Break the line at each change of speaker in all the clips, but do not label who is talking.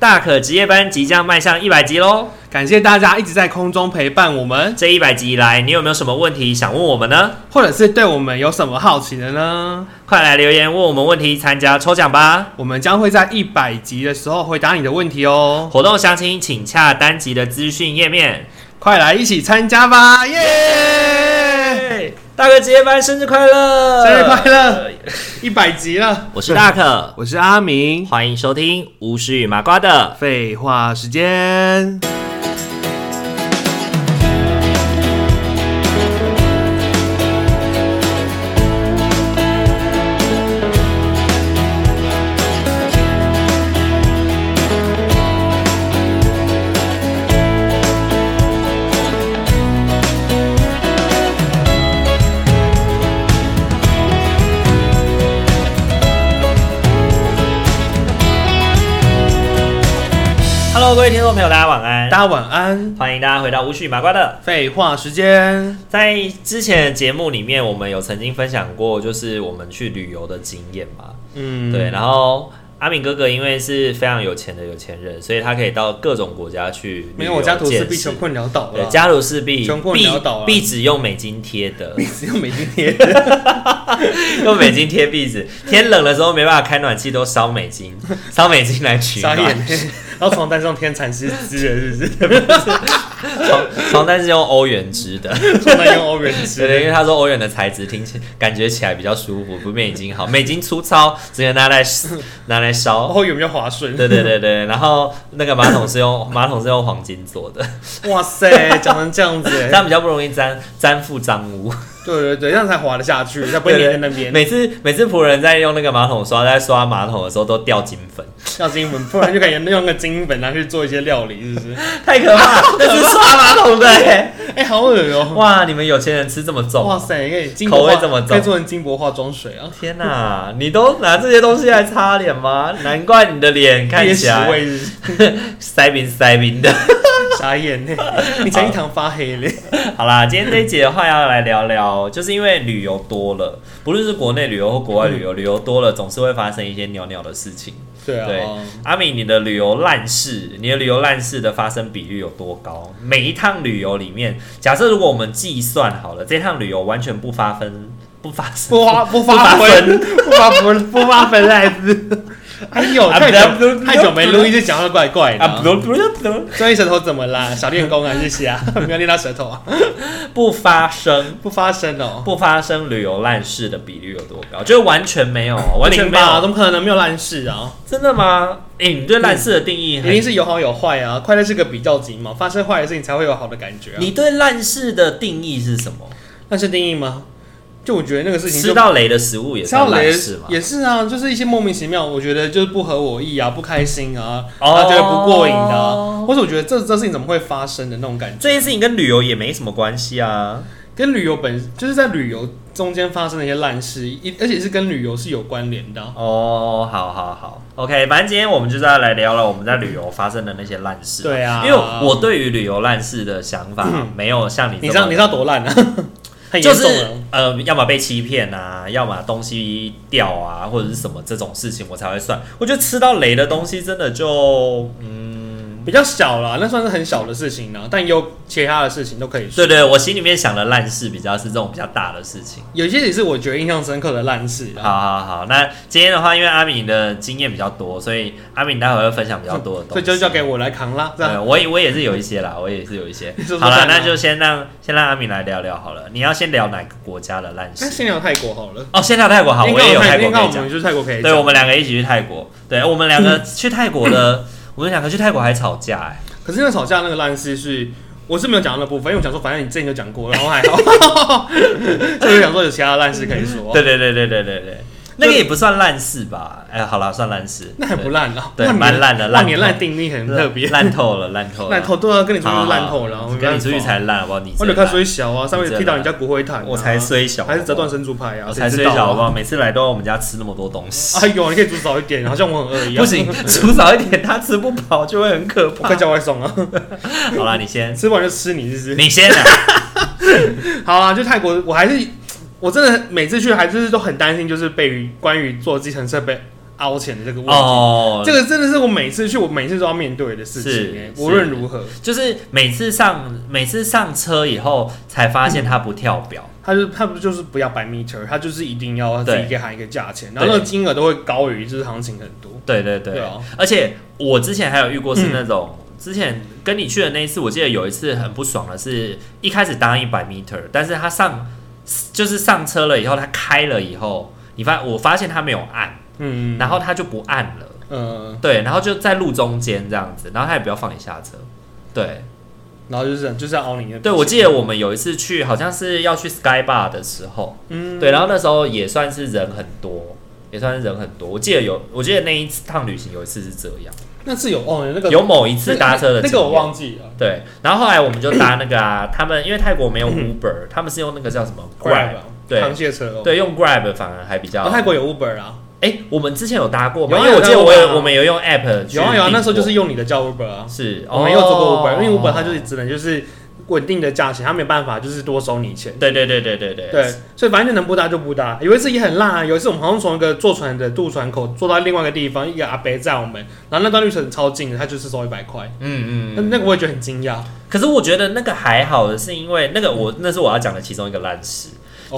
大可职业班即将迈向一百集喽！
感谢大家一直在空中陪伴我们，
这一百集以来，你有没有什么问题想问我们呢？
或者是对我们有什么好奇的呢？
快来留言问我们问题，参加抽奖吧！
我们将会在一百集的时候回答你的问题哦，
活动详情请洽单集的资讯页面。
快来一起参加吧，耶！
大可职业班生日快乐！
生日快！乐，一百集了，
我是大可，
我是阿明，
欢迎收听巫师与麻瓜的。
废话时间。
Hello，各位听众朋友，大家晚安！
大家晚安，
欢迎大家回到巫师与麻瓜的。
废话时间。
在之前的节目里面，我们有曾经分享过，就是我们去旅游的经验嘛。
嗯，
对，然后阿敏哥哥因为是非常有钱的有钱人，所以他可以到各种国家去
没有我家
土
土是必穷困潦倒
对，
了，啊
家徒四壁，
穷困
壁
潦倒啊
壁纸用美金贴的，
壁纸又没今天，
用美金贴壁纸。天冷的时候没办法开暖气，都烧美金， 烧美金来取
傻
暖。
眼，然后床单上天蚕丝织的，是不是？
床床单是用欧元织 的，
从来用欧元
对对，因为他说欧元的材质听起感觉起来比较舒服，不比美金好。美金粗糙，直接拿来拿来烧。
哦，有没有划顺？
对对对对，然后那个马桶是用马桶是用黄金做的，
哇塞，讲成这 样子欸，
这样比较不容易粘粘附脏污。
对对对，这样才滑得下去，才不会粘在那 边。
每次每次仆人在用那个马桶刷在刷马桶的时候都掉金 粉，
要金粉，不然就可以用个金粉拿去做一些料理，是不是？
太可怕了，那是刷马桶的、欸。
哎，好恶哦！
哇，你们有钱人吃这么
哇
重。
塞，可以金箔
口味
化
这么重
可以做成金箔化妆水啊，
天哪、你都拿这些东西来擦脸吗？难怪你的脸看
憋
起
屎
来
味 是不
塞冰塞冰的。
是傻眼呢，你才一堂发黑嘞。
好啦，今天这一节的话要来聊聊，就是因为旅游多了，不论是国内旅游或国外
嗯
旅游，旅游多了总是会发生一些鸟鸟的事情。
对
对
啊，
阿敏，你的旅游烂事，你的旅游烂事的发生比率有多高？每一趟旅游里面，假设如果我们计算好了，这趟旅游完全不发分，不发生，
不发不发
分
分， 不发分，不发分来子。哎呦，
啊
太
不不
久
不
太久没录音，就讲到怪怪的
啊，
啊。
不不不
专业舌头怎么啦？少练功啊，谢谢啊， 没有练到舌头啊，
不发生，
不发声哦。
不发生旅游烂事的比率有多高？就是完全没有，啊完全
零
没
吧？
有，
怎么可能没有啊烂事啊？
真的吗？哎、你对烂事的定义
一
很
定是有好有坏啊！快乐是个比较级嘛，发生坏的事情才会有好的感觉啊。
你对烂事的定义是什么？
那是定义吗？就我觉得那个事情
吃
就
到雷的食物也
吃到
算
雷
烂事吗？
也是啊，就是一些莫名其妙，我觉得就是不合我意啊，不开心啊，
哦
然后觉得不过瘾的、啊，或者我觉得这这事情怎么会发生的那种感觉，
这件事情跟旅游也没什么关系啊。
跟旅游本就是在旅游中间发生的一些烂事，一而且是跟旅游是有关联的啊、
哦，好好好，OK，反正今天我们就是要来聊聊我们在旅游发生的那些烂事。
对啊嗯
因为我对于旅游烂事的想法没有像你
你
这
知道
么
你知道多烂啊？ 很
就
严重
是
啊！
呃，要么被欺骗啊，要么东西掉啊，或者是什么这种事情，我才会算。我觉得吃到雷的东西真的就，嗯，
比较小啦，那算是很小的事情啦，但有其他的事情都可以说。
对对，我心里面想的烂事比较是这种比较大的事情。
有一些也是我觉得印象深刻的烂事啊。
好好好，那今天的话，因为阿敏的经验比较多，所以阿敏待会会分享比较多的东
所
西。
以就交给我来扛啦，这
对，
样
我也我也是有一些啦，我也是有一些
你说。说
好了，
看啊
那就先让先让阿敏来聊聊好了。你要先聊哪个国家的烂
那
事？
哎先聊泰国好了。
哦，先聊泰国好，
因
我
为
也有
刚好
泰
泰
国
因为刚
可
好
以
我
讲
们。就是泰国可以讲。
对，我们两个一起去泰国。对，我们两个去泰国的，我们两个去泰国还吵架哎。
可是那吵架那个烂事是，我是没有讲到那部分，因为我想说反正你之前就讲过，然后还好， 所以我想说有其他的烂事可以说。
对对对对对对对，那个也不算烂事吧？哎，好啦，算烂事。
那还不烂啊？
对
那你
蛮烂的
哇
烂
你
透
烂定义很
对
特别，
烂透了，烂透了，
烂透对啊，跟你出去
好，
就
好
烂透了，我没
跟你
办
出去
法。
才烂，好不好？你
我
最
就看
烂
谁小啊，上面
你
踢
真的
到
烂
人家骨灰坛啊，
我才虽小，
还是折断
好不好
神主牌啊，
我才
谁
虽
知道啊
小，好不好？每次来都要我们家吃那么多东西。
哎呦，你可以煮少一点，好像我很饿一 样。
不， 行，煮少一点，他吃不饱就会很可
我
怕
快。叫外送啊，
好啦，你先，
吃完就吃你，是不
你先啊。
是？好啊，就泰国， 我还是我真的每次去还是都很担心，就是被于关于坐计程车被凹钱的这个问题。
哦，
这个真的是我每次去，我每次都要面对的事情、
是
欸，
是
无论如何，
就是每次上每次上车以后才发现它不跳表，
他就他不就是不要百 meter，他就是一定要自
对
己给喊一个价钱，然后那个金额都会高于就是行情很多。
对对对，
对啊嗯
而且我之前还有遇过是那种。之前跟你去的那一次，我记得有一次很不爽的是，一开始答应一百 meter，但是他上就是上车了以后，他开了以后，你发我发现他没有按，
嗯，
然后他就不按了，
呃，
对，然后就在路中间这样子，然后他也不要放你下车，对，
然后就是就是要凹你的。
对，我记得我们有一次去，好像是要去 Sky Bar 的时候，
嗯
对，然后那时候也算是人很多，也算是人很多。我记得有，我记得那一次趟旅行有一次是这样，
那次有哦，那个
有某一次搭车的
那个那
经
个
验
我忘记了。
对，然后后来我们就搭那个啊， 他们因为泰国没有 Uber，他们是用那个叫什么
Grab，
Grab，对
螃蟹车哦。
对，用 Grab 反而还比较。
然后泰国有 Uber 啊，
哎，我们之前有搭过吗？
有啊
因为我记得
有搭
我
过啊
有，我们有用 App 去
有啊有啊，
订
那时候就
过
是用你的叫 Uber 啊，
是，
我没有做过 Uber，、
哦
因为 Uber 它就是只能就是稳定的价钱，它没办法就是多收你钱。
对对对对对对
对，所以反正就能不搭就不搭。有一次也很辣、啊，有一次我们好像从一个坐船的渡船口坐到另外一个地方，一个阿伯载我们，然后那段路程超近的，他就是收一百块，
嗯嗯
那、
嗯，
那个我也觉得很惊讶。
可是我觉得那个还好的是，因为那个我那是我要讲的其中一个烂事，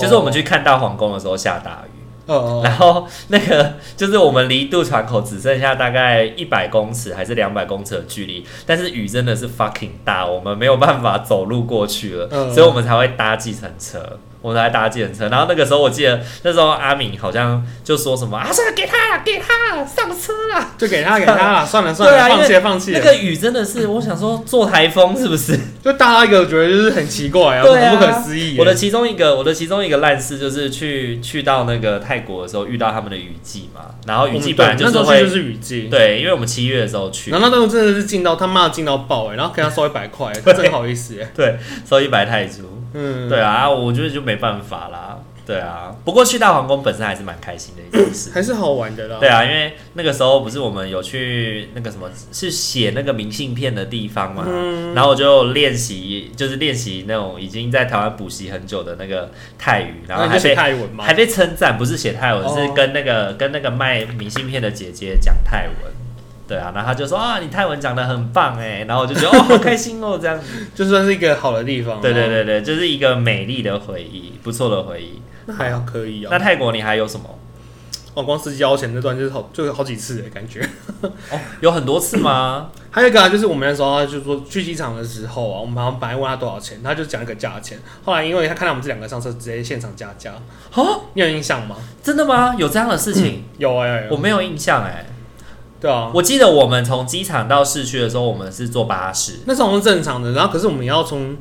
就是我们去看大皇宫的时候下大雨，
哦，哦
然后那个就是我们离渡船口只剩下大概一百公尺还是两百公尺的距离，但是雨真的是 fucking 大，我们没有办法走路过去了，
嗯
所以我们才会搭计程车。我们才搭计程车，然后那个时候我记得那时候阿敏好像就说什么啊，算了，给他啦，给他啦上车啦。
就给他给他 啦，算了算了，
对啊因为
放弃了放弃
那
了。
个雨真的是，我想说做台风是不是？
就搭到一个我觉得就是很奇怪啊，
对啊
很不可思议耶。
我的其中一个，我的其中一个烂事就是去去到那个泰国的时候遇到他们的雨季嘛，然后雨季本来就
我
是
们哦嗯对那时候去
会
就是雨季，
对，因为我们七月的时候去
然，后那段路真的是近到他妈的近到爆哎、然后给他收一百 块，
对
真好意思哎、
对，收一百泰铢，
嗯，
对啊，我觉得就没办法啦，对啊。不过去大皇宫本身还是蛮开心的一件事，
还是好玩的啦。
对啊，因为那个时候不是我们有去那个什么，是写那个明信片的地方嘛，
嗯
然后我就练习，就是练习那种已经在台湾补习很久的那个泰语，然后
你就
还
写
被
泰文嘛
还，被称赞，不是写泰文，
哦
是跟那个跟那个卖明信片的姐姐讲泰文。对啊，然后她就说啊，你泰文讲的很棒哎，然后我就觉得哦，好开心哦，这样子。
就算是一个好的地方。
对对，对对，就是一个美丽的回忆，不错的回忆。
那还好可以
那
啊。
泰国你还有什么？
哦，光司机腰钱那段就是好，就是好几次的 感觉。
哦，有很多次吗？
还有一个啊，就是我们那时候啊就说去机场的时候啊，我们好像本来问他多少钱，他就讲一个价钱。后来因为他看到我们这两个上车，直接现场加价。
哦，
你有印象吗？
真的吗？有这样的事情？
有啊有啊有
我
啊，
没有印象哎。
对啊，
我记得我们从机场到市区的时候，我们是坐巴士。
那时候我们正常的，然后可是我们要从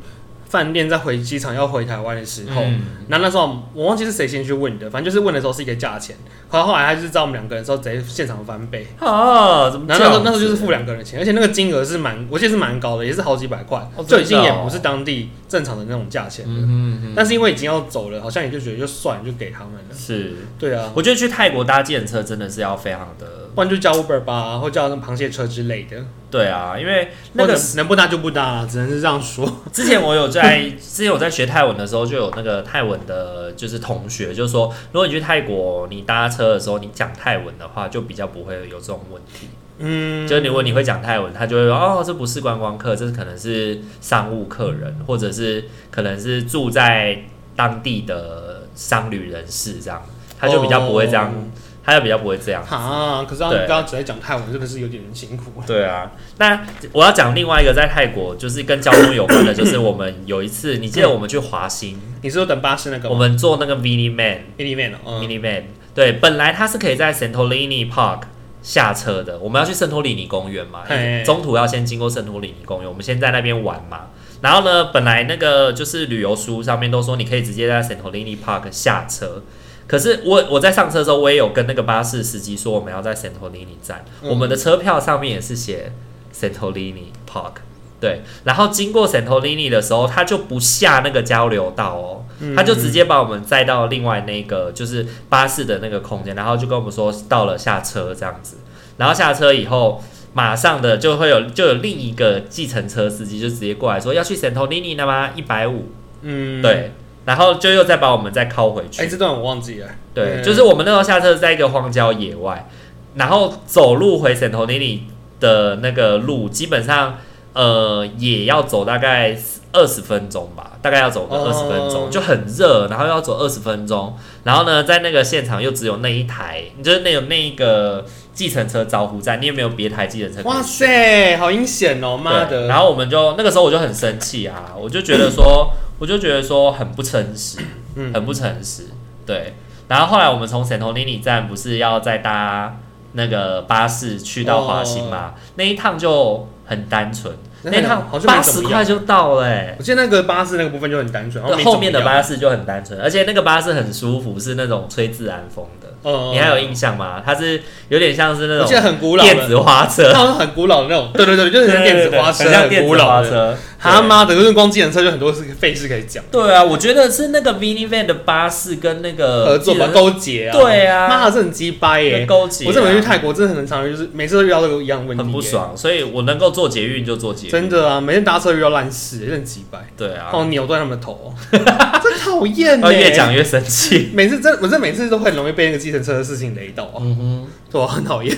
饭店再回机场要回台湾的时候，
嗯
那、那时候我忘记是谁先去问的，反正就是问的时候是一个价钱，可后来他就是知道我们两个人的时候直接现场翻倍，
啊，怎么这
然
样
后
子？
那时候那时候就是付两个人的钱，而且那个金额是蛮，我记得是蛮高的，也是好几百块，
哦真的
就已经也
哦
不是当地正常的那种价钱了。
嗯嗯
但是因为已经要走了，好像也就觉得就算了，就给他们了
嗯，。是。
对啊，
我觉得去泰国搭电车真的是要非常的，
不然就叫 Uber 吧，或叫那螃蟹车之类的。
对啊，因为那个
或者能不搭就不搭啦，只能是这样说。
之前我有在 之前我在学泰文的时候，就有那个泰文的，就是同学就说，如果你去泰国，你搭车的时候你讲泰文的话，就比较不会有这种问题。
嗯，
就是如果你会讲泰文，他就会说哦，这不是观光客，这可能是商务客人，或者是可能是住在当地的商旅人士这样，他就比较不会这样，
哦
他就比较不会这样。
啊，可是他
对
们刚刚只在讲泰文，真的是有点辛苦。
对啊，那我要讲另外一个在泰国就是跟交通有关的，就是我们有一次，你记得我们去华兴，
你是说等巴士那个
我
吗？
们坐那个 Mini Man，
一里面的，嗯，
mini van，对，本来它是可以在 Santorini Park 下车的，我们要去圣托里尼公园嘛，因为
嘿
中途要先经过圣托里尼公园，我们先在那边玩嘛。然后呢，本来那个就是旅游书上面都说你可以直接在 Santorini Park 下车。可是我我在上车的时候，我也有跟那个巴士司机说我们要在 Santorini 站，
嗯
我们的车票上面也是写 Santorini Park，对。然后经过 Santorini 的时候，他就不下那个交流道哦，
嗯
他就直接把我们载到另外那个就是巴士的那个空间，然后就跟我们说到了下车这样子。然后下车以后，马上的就会有就有另一个计程车司机就直接过来说要去 Santorini 那吗？一百五，
嗯，
对。然后就又再把我们再靠回去。
哎，这段我忘记了。
对，
嗯
就是我们那时候下车是在一个荒郊野外，然后走路回圣托尼里的那个路，基本上呃也要走大概二十分钟吧，大概要走个二十分钟，
哦
就很热，然后要走二十分钟，然后呢，在那个现场又只有那一台，就是那有那一个计程车招呼站，你也没有别台计程车可以
哇塞，好阴险哦，妈
对
的！
然后我们就那个时候我就很生气啊，我就觉得 说，我就觉得说很不诚实，
嗯
很不诚实，对。然后后来我们从圣托尼尼站不是要再搭那个巴士去到华兴吗？那一趟就很单纯，
哦那
那一趟
好像
八
没怎
十
么
块
样。
就到了、欸。
我记得那个巴士那个部分就很单纯，然后没
后面的
怎么样，
巴士就很单纯，而且那个巴士很舒服，是那种吹自然风的。
嗯，
你还有印象吗？它是有点像是那
我记得
种
很古老
电
的，
子花车
它，好像很古老的那种，对对对，就是很电子花车，
对对对很像电
古
子
老
花
的。
车。
他妈的，就是光计程车就很多是费事可以讲，
对啊，我觉得是那个 Minivan 的巴士跟那个
合作吧，勾结啊，
呃对啊
妈的，这很鸡掰
的
耶！
勾起、啊，
我这回去泰国真的很常遇，就是每次都遇到这个一样的问题，
很不，爽，所以我能够做捷运就做捷运，
真的啊，每天搭车遇到烂事，真的很鸡掰，
对啊，
哦，扭断他们的头， 哦真讨厌
啊
呢。
越讲越生气。
每次真，我真的每次都很容易被那个计程车的事情雷到啊，
嗯哼，
对啊，很讨厌。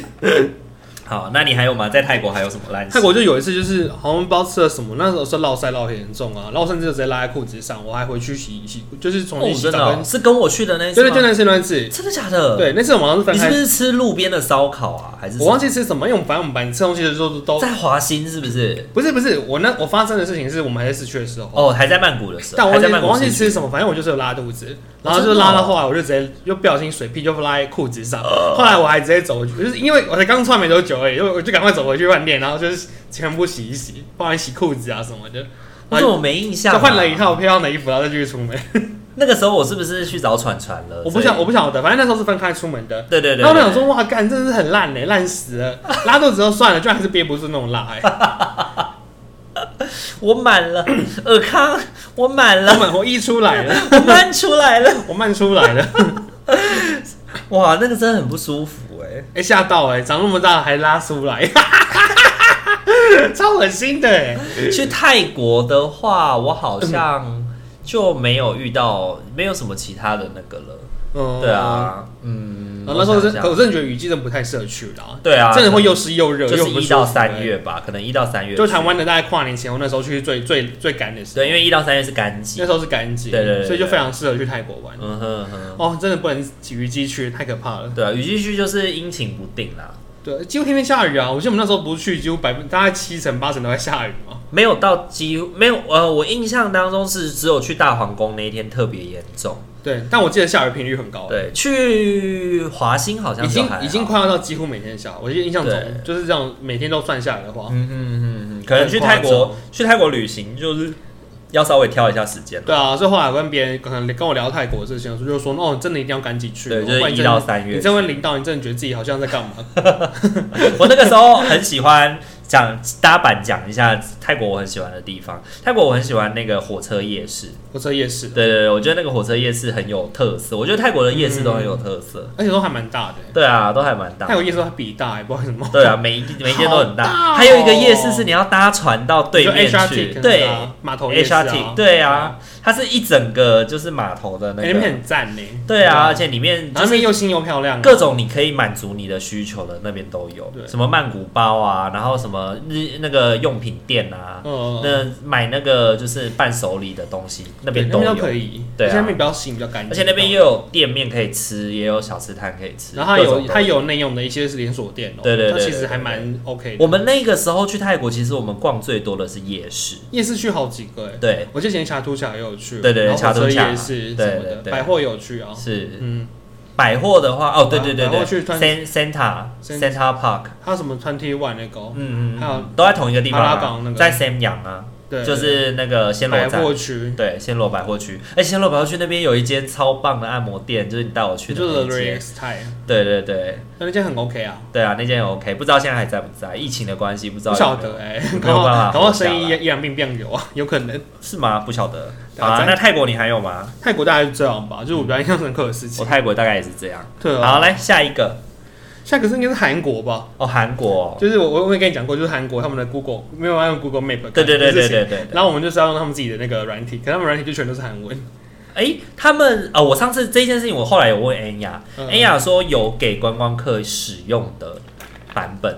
好，那你还有吗？在泰国还有什么烂事？
泰国就有一次，就是好像不知道吃了什么，那时候是落腮落很严重啊，然后我甚至就直接拉在裤子上，我还回去洗洗，就是重新
哦，
洗
真的
澡
哦、
跟，
是跟我去的那一
对
次
对，
吗
就那次那次，
真的假的？，
对，那次我们好像是分
你是
开
不，是吃路边的烧烤啊？还是
我忘
记
记吃什么，因为我们反正我们班吃东西的时候都
在华新是不是？
不是不是，我那我发生的事情是我们还在市区的时候，
哦，还在曼谷的时候，
但我
还
忘
在
记
曼
我
谷
忘记
市区
吃什么，反正我就是有拉肚子，然后
哦
就
真的
拉
哦
到后来，我就直接就不小心水屁就拉在裤子上，后来我还直接走回去，就是因为我才刚穿没多久而已，就我就赶快走回去饭店，然后就是全部洗一洗，包含洗裤子啊什么的，
为什么我没印象、
就
啊？
换了一套漂亮的衣服，然后再继续出门。
那个时候我是不是去找喘喘了？
我不
想，
想我不晓得，反正那时候是分开出门的。
对对对
然后我
对
想
对
说，哇，干，真的是很烂嘞，烂死了！拉肚子就算了，居然还是憋不住那种拉、 欸。
我满了， 尔康，我满
我
了，
满我溢出来 了，
我满出来了。
我漫出来了，
哇，那个真的很不舒服哎、
哎、吓到哎、长那么大还拉出来， 超恶心的哎、
去泰国的话，我好像就没有遇到，没有什么其他的那个了。
嗯
对。啊，嗯，
然哦后那时候
我想
真
一，下
可我真的觉得雨季真的不太适合去啦，
对啊，
真的会又湿又热，
就是
又不
一
舒
到
服
三
欸，
月吧，可能一到三月去，
就台湾的大概跨年前后那时候去最最最赶的时候，
对，因为一到三月是干季
那，时候是干季，
对对对对
所以就非常适合去泰国玩。
嗯哼哼，
哦，真的不能挤雨季去，太可怕了。
对啊，雨季区就是阴晴不定啦，
对，几乎天天下雨啊！我记得我们那时候不是去，几乎百分大概七成八成都在下雨嘛。
没有到几乎没有呃，我印象当中是只有去大皇宫那一天特别严重，
对，但我记得下雨频率很高，啊
对，去华兴好像
已
就
经
还好
已经快要到几乎每天下。我记得印象
对
中就是这样，每天都算下来的话，
嗯嗯嗯嗯，可能去
很夸
泰国
张
去泰国旅行就是要稍微挑一下时间了，
对啊。所以后来我跟别人可能跟我聊泰国的事情的时候，就说哦，真的一定要赶紧去，
对，就
不然
是
你
一
真
到
的
三月
你。真会淋到，你真的觉得自己好像在干嘛？
我那个时候很喜欢讲搭板讲一下泰国我很喜欢的地方，泰国我很喜欢那个火车夜市，
火 车夜市
对，对对，我觉得那个火车夜市很有特色，我觉得泰国的夜市都很有特色，
而且哦都还蛮大的、欸
对啊，都还蛮大
泰。国夜市还比大、欸，不知道为什么。
对啊，每一每一间都很
好大哦
还有一个夜市是你要搭船到对面
就 HRT
去，
可能
对
是啊码头夜
H
市啊
R T，对啊，它是一整个就是码头的
哎，
那
那边
个，
很赞呢、
对啊，而且里面
然
就
后
是
那边又新又漂亮、啊
各种你可以满足你的需求的那边都有，
对
什么曼谷包啊，然后什么日那个用品店啊，
嗯，
那买那个就是伴手礼的东西那
那
边
那
都
边
有，
都可以，
对啊
而且那边比较新，比较干净，
而且那边又有店面可以吃，也有小吃摊可以吃，
然后它
各种
有
都
它。有内用的一些是连锁店哦、
对对对
它其实
对
还
对
蛮 OK 的。
我们那个时候去泰国，其实我们逛最多的是夜市，
夜市去好几个哎、
对，
我之前查图卡也有去，
对对对
然后火车
查图卡
夜市
对
什么
对
的，
对对
百货有去啊，
是
嗯，
百货的话，哦，对对对
百
对
货去川
，San Santa
San-
Santa Park，
还有什么 Twenty One 那个哦、
嗯嗯
还有
嗯，都在同一个地方
阿拉
啊
港那，个
在 Sam 阳啊，
对，
就是那个暹罗
百
站。
货区，
对，暹罗百货区，哎、暹罗百货区那边有一间超棒的按摩店，就是你带我去的
就是
那
The
一间。
Rex Thai，
对对对
那那间很 OK 啊，
对啊，那间也 OK，不知道现在还在不在？疫情的关系，不知道
不
有没有
晓得哎、
有没
搞
有
不
办法
好搞不好
活下
生意
来
依然病变有啊， 有可能。
是吗？不晓得。
对
好
啊
啊，
咱
那泰国你还有吗？
泰国大概是这样吧，就是我比较印象深刻的事
我
情。
泰国大概也是这样。
对啊，
嗯好，来下一个
下一个是应该是韩国吧，
哦，韩国哦、
就是我我我也跟你讲过，就是韩国他们的 Google 没有要用 Google Map，看
对对对对
这件 事情
对对对。
然后我们就是要用他们自己的那个软体，可他们软体就全都是韩文，
哎、他们啊、呃我上次这件事情，我后来有问恩雅，
嗯
恩雅说有给观光客使用的版本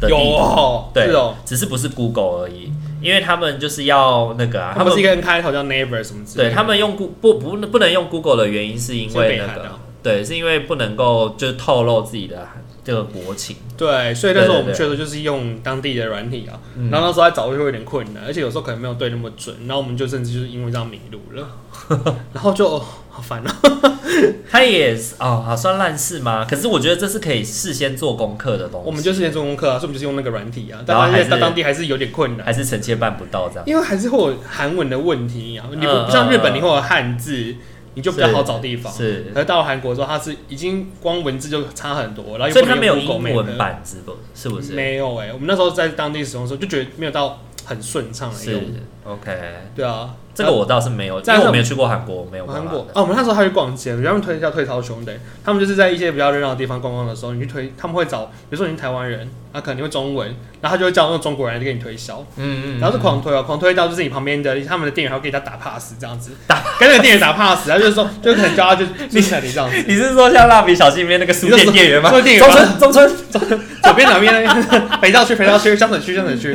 的地
有
图，
哦，
对
是哦，
只是不是 Google 而已，因为他们就是要那个啊，
他
他
们
们
是一个 N 开头叫 neighbor 什么之类
对
的，
他们用 Go 不不不能用 Google 的原因是因为
先被
那
喊
个
到
对，是因为不能够就是透露自己的这个国情，
对，所以那时候我们
对对对
去的时候就是用当地的软体啊，
嗯
然后那时候在找就会有点困难，而且有时候可能没有对那么准，然后我们就甚至就是因为这样迷路 了，然后就哦好烦哦。
他也是哦，好算烂事吗？可是我觉得这是可以事先做功课的东西，
我们就是先做功课啊，所以我们就是用那个软体啊，
然后
但
还
是
是
在当地还是有点困难。
还是臣妾办不到这样。
因为还是会有韩文的问题啊，你
嗯
不像日本，
嗯
你会有汉字，你就比较
是
好找地方。
是
而到了韩国之后，它是已经光文字就差很多，然后又
所以
不
它
能
没有
用 Google
英
Map
文版，是不？是不是？
哎没有哎、我们那时候在当地使用的时候就觉得没有到很顺畅来
是
用。
OK，
对啊，
这个我倒是没有，因
但是
为我没有去过韩国，我没有办
韩
法
国
的。
哦，我们那时候还去逛街，他们推销推超凶的欸。他们就是在一些比较热闹的地方逛逛的时候，你去推，他们会找，比如说你是台湾人，啊，可能你会中文，然后他就会叫那种中国人来给你推销，
嗯
然后就狂推啊，狂推到就是你旁边的他们的店员，还要给他打 pass 这样子，打跟那个店员打 pass，然后就是说，就可能叫他就立起来这样子，
你是说像蜡笔小新里面那个书
你
店
说
店员吗？
书店店
中
员
村中村，
左边哪边 呢？肥皂区肥皂区香水区香水区，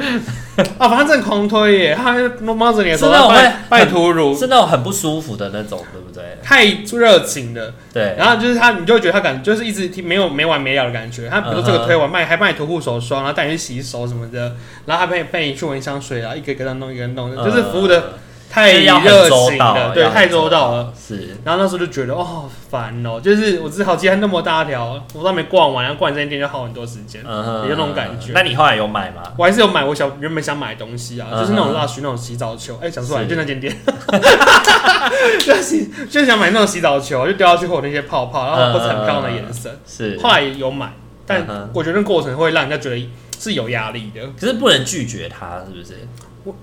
啊，反正真的狂推耶，他还摸着你的手，
是那种会
拜拜吐乳，
是那种很不舒服的那种，对不对？
太热情了。
对，
然后就是他，你就会觉得他感觉就是一直没有没完没了的感觉。他比如说这
嗯哼
个推完卖，还帮你涂护手霜，然后带你去洗手什么的，然后还帮你带你去闻香水啊，一个一个的弄，一个一个弄，就是服务的
呃
太
就是要很
热
周
情
到
了，对，
要很
太周到了。
是
然后那时候就觉得哦，好烦哦，就是我只好街那么大条，我都还没逛完，然后逛这间店就耗很多时间。
嗯
有那种感觉
那你后来有买吗？
我还是有买我想原本想买的东西啊，
嗯
就是那
嗯
种 Lush 那种洗澡球，哎、讲出来
是
就那间店， 就洗就是想买那种洗澡球，就丢下去会有那些泡泡，然后会很漂亮的颜
嗯
色。
是，
后来也有买，但
嗯哼
我觉得那过程会让人家觉得是有压力的，
可是不能拒绝他，是不是？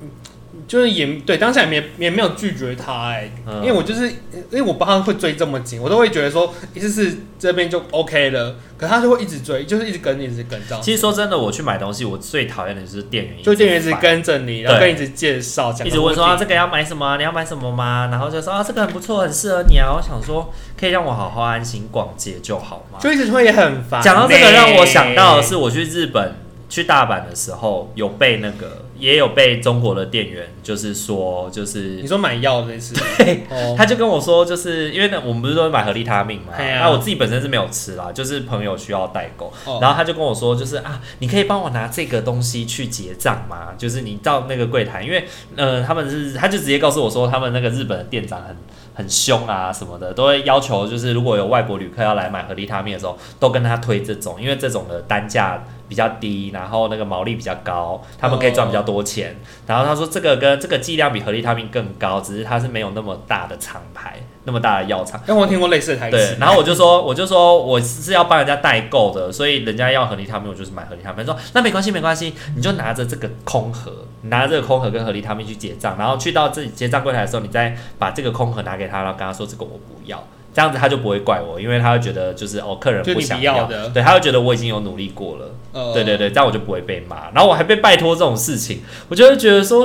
就是也对当下也没也没有拒绝他哎、
嗯
因为我就是因为我不知道他会追这么紧，我都会觉得说一次是这边就 OK 了，可他就会一直追，就是一直跟一直跟这样，
其实说真的，我去买东西，我最讨厌的就是店员，
就店员一直
烦
跟着你，然后
对
跟你一直介绍，讲
一直问说
个
啊
目的
这个要买什么啊、你要买什么吗？然后就说啊这个很不错，很适合你啊。我想说可以让我好好安心逛街就好嘛。
就一直会也很烦。
讲到这个，让我想到的是我去日本去大阪的时候，有被那个也有被中国的店员就是说就是
你。说买药的是，哦，
他就跟我说，就是因为呢，我们不是都会买合力他命嘛，
嘿
那、
啊
我自己本身是没有吃啦，就是朋友需要代购，
哦
然后他就跟我说，就是啊，你可以帮我拿这个东西去结账吗？就是你到那个柜台，因为呃，他们是他就直接告诉我说，他们那个日本的店长很很凶啊什么的，都会要求就是如果有外国旅客要来买合力他命的时候，都跟他推这种，因为这种的单价。比较低，然后那个毛利比较高，他们可以赚比较多钱。然后他说这个跟这个剂量比合力他命更高，只是它是没有那么大的厂牌，那么大的药厂。
因为我听过类似的台
对
词，，
然后我就说，我就说我是要帮人家代购的，所以人家要合力他命，我就是买合力他命。他说那没关系，没关系，你就拿着这个空盒，你拿着这个空盒跟合力他命去结账，然后去到自己结账柜台的时候，你再把这个空盒拿给他，然后跟他说这个我不要，这样子他就不会怪我，因为他会觉得就是哦，客人
就
不哦
你
想
不要的
对，他会觉得我已经有努力过了，
呃
对对，对，这样我就不会被骂，然后我还被拜托这种事情，我就会觉得说，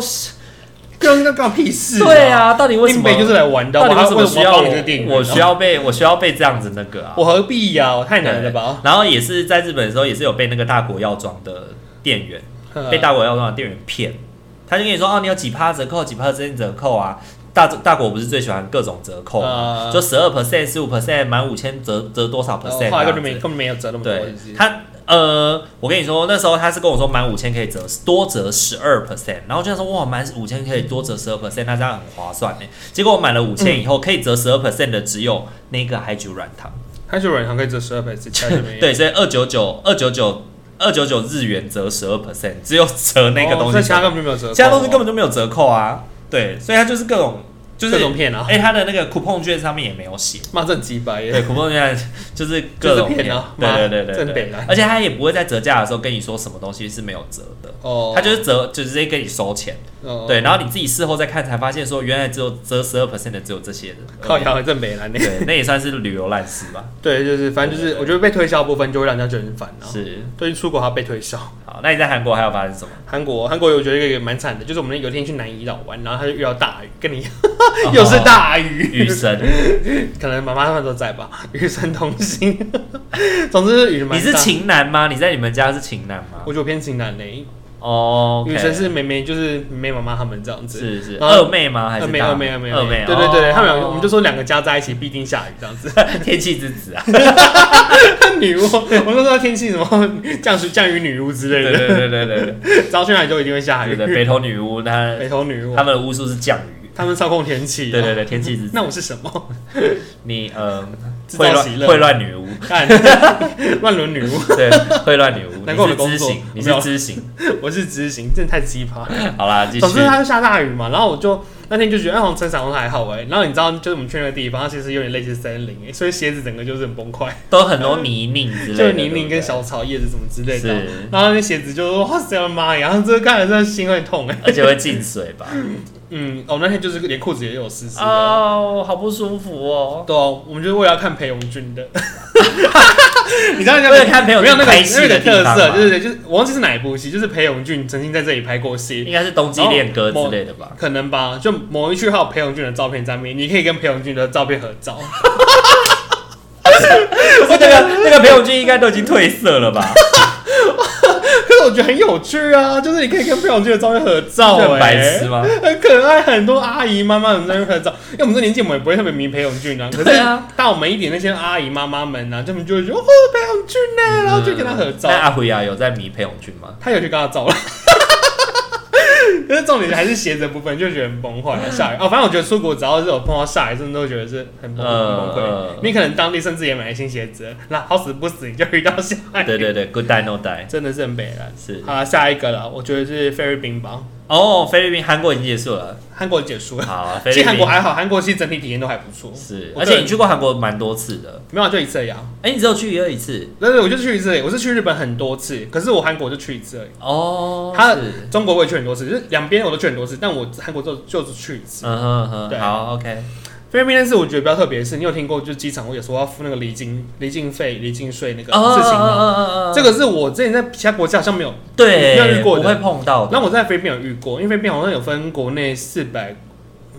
跟那干屁事？
对。啊，到底为什
硬
么？
杯就是来玩的，
到底
我还
为什么需要
帮你这个电影？
我需要被我需要被这样子那个啊？
我何必呀、我太难
对
了吧？
然后也是在日本的时候，也是有被那个大国药妆的店员，
嗯
被大国药妆的店员骗，他就跟你说哦，你有几趴折扣，几趴折扣啊。大大国不是最喜欢各种折扣吗？
嗯
就十二 percent、十五 percent 满五千折折多少
呃
percent？、
后来根本没根本没有折那么多，
啊对
是不是
他呃，我跟你说，那时候他是跟我说满五千可以折多折十二 percent，然后我就想说哇，满五千可以多折十二 percent，那这样很划算呢。结果我买了五千以后，可以折十二 percent 的只有那个海酒软糖，
他就软糖可以折十二倍，其他就没有。
对，所以二九九二九九二九九日元折十二 percent，只 有折
哦，
那个东
所以
西折
其他
扣，
根本就没有折扣，
其他东西根本就没有折扣啊。对，所以它就是各种就是
各种骗啊，
哎、它的那个 coupon 券上面也没有写。
骂这很鸡掰耶。
对，苦梦现在就是各种
就是骗啊
对
妈
对对对
真啊
对
北蓝
而且他也不会在折价的时候跟你说什么东西是没有折的，
哦，
他就是折，就直接跟你收钱，
哦
对，，然后你自己事后再看才发现说，原来只有只有十二 percent 的只有这些的，
靠摇正北蓝那
对，那也算是旅游烂事吧。
对，就是反正就是
对对对
我觉得被推销的部分就会让人家觉得很烦啊。
是，
对于出国还要被推销。
好，那你在韩国还有发生什么？
韩国，韩国我觉得一个也蛮惨的，就是我们有一天去南怡岛玩，然后他就遇到大雨，跟你 又是大雨，
哦雨神，
可能妈妈他们都在吧， 与神同行。 总之雨蛮
你
大
是，情男吗？你在你们家是情男吗
我？觉得我偏情男嘞，
哦，
雨神是妹妹，就是妹妹妈妈他们这样子。
是是
然后
二妹吗？还是
呃二妹，
大
二妹，二妹，
二妹？
对对对，
哦
他们两个，我们就说两个加在一起必定下雨这样子。
天气之子啊，
女巫，我就说天气什么降水降雨女巫之类
对
的，
对对对对对
只要去哪里都一定会下雨。
对对，北投女巫，她
北投女巫
他，们的巫术是降雨，
他们操控天气。
对对
哎对，
对，天气之子，
那我是什么？
你呃
制
会
造喜
乱
乐
会乱女巫，
干 乱伦女巫，
对，会乱女巫，
难怪我的
你是知
工作
行，你
没
是
有
知行，
我是知行，真的太鸡葩。
好啦，继续
总，之它就下大雨嘛，然后我就那天就觉得，哎，好像撑伞好像还好哎。然后你知道，就是我们去那个地方，它其实有点类似森林哎，所以鞋子整个就是很崩溃，
都很多泥泞之类
就
的，
是泥泞
对
跟
不对
小草叶子什么之类的。
是，
然后那鞋子就哇塞，我的妈呀！然后这个看了真的心会痛哎。
而且会进水 吧？
嗯，哦，那天就是连裤子也有湿湿的。
哦，好不舒服哦。
对哦，我们就是为了要看裴勇 俊的。你知道人家
为了看裴勇俊
没有那个
拍戏
那个
的地
特
方
色，
吗
就是就是我忘记是哪一部戏，就是裴勇俊曾经在这里拍过戏，
应该是冬季恋歌之类的吧？
可能吧，就某一句还有裴勇俊的照片在面，你可以跟裴勇俊的照片合 照。
我那个那个裴勇俊应该都已经褪色了 吧？
可是我觉得很有趣啊，就是你可以跟裴勇俊的照片合照、
这很
欸，
白痴吗？
很可爱，很多阿姨妈妈们在那边合照，因为我们这年纪我们也不会特别迷裴勇俊啊，可
对
是
啊
大我们一点那些阿姨妈妈们啊，他们就会觉得哦裴勇俊呢、然后就跟他合照。
那阿辉啊，有在迷裴勇俊吗？
他有去跟他照了。 可是重点还是鞋子的部分，就觉得很崩坏 啊，下雨哦。反正我觉得出国只要是有碰到下雨，真的都觉得是很崩很崩溃。
嗯嗯
你可能当地甚至也买了新鞋子，那好死不死你就遇到下雨，
对对对，Good die no die
真的是很悲哀。
是
好啦下一个了，我觉得是菲律宾吧，
哦，菲律宾、韩国已经结束了。
韩国结束了。
好，菲
其
律
实韩
宾
国还好，韩国其实整体体验都还不错，
是，
我
而
个
且
人
你去过韩国蛮多次的。
没有啊就一次而已啊。
哎，你只有去一二一次
对对，我就去一次而已，我是去日本很多次，可是我韩国就去一次而已。
哦。
他
是
中国我也去很多次，就是两边我都去很多次，但我韩国就就是去一次。
嗯哼嗯哼，
对
好，OK。
菲律宾那次我觉得比较特别的是，你有听过就是机场我有时候要付那个离境离境费、离境税那个事情吗？
哦
这个是我之前在其他国家好像没有，没有
对，
遇过
不
的
会碰到的。
然后我在菲律宾有遇过，因为菲律宾好像有分国内四百，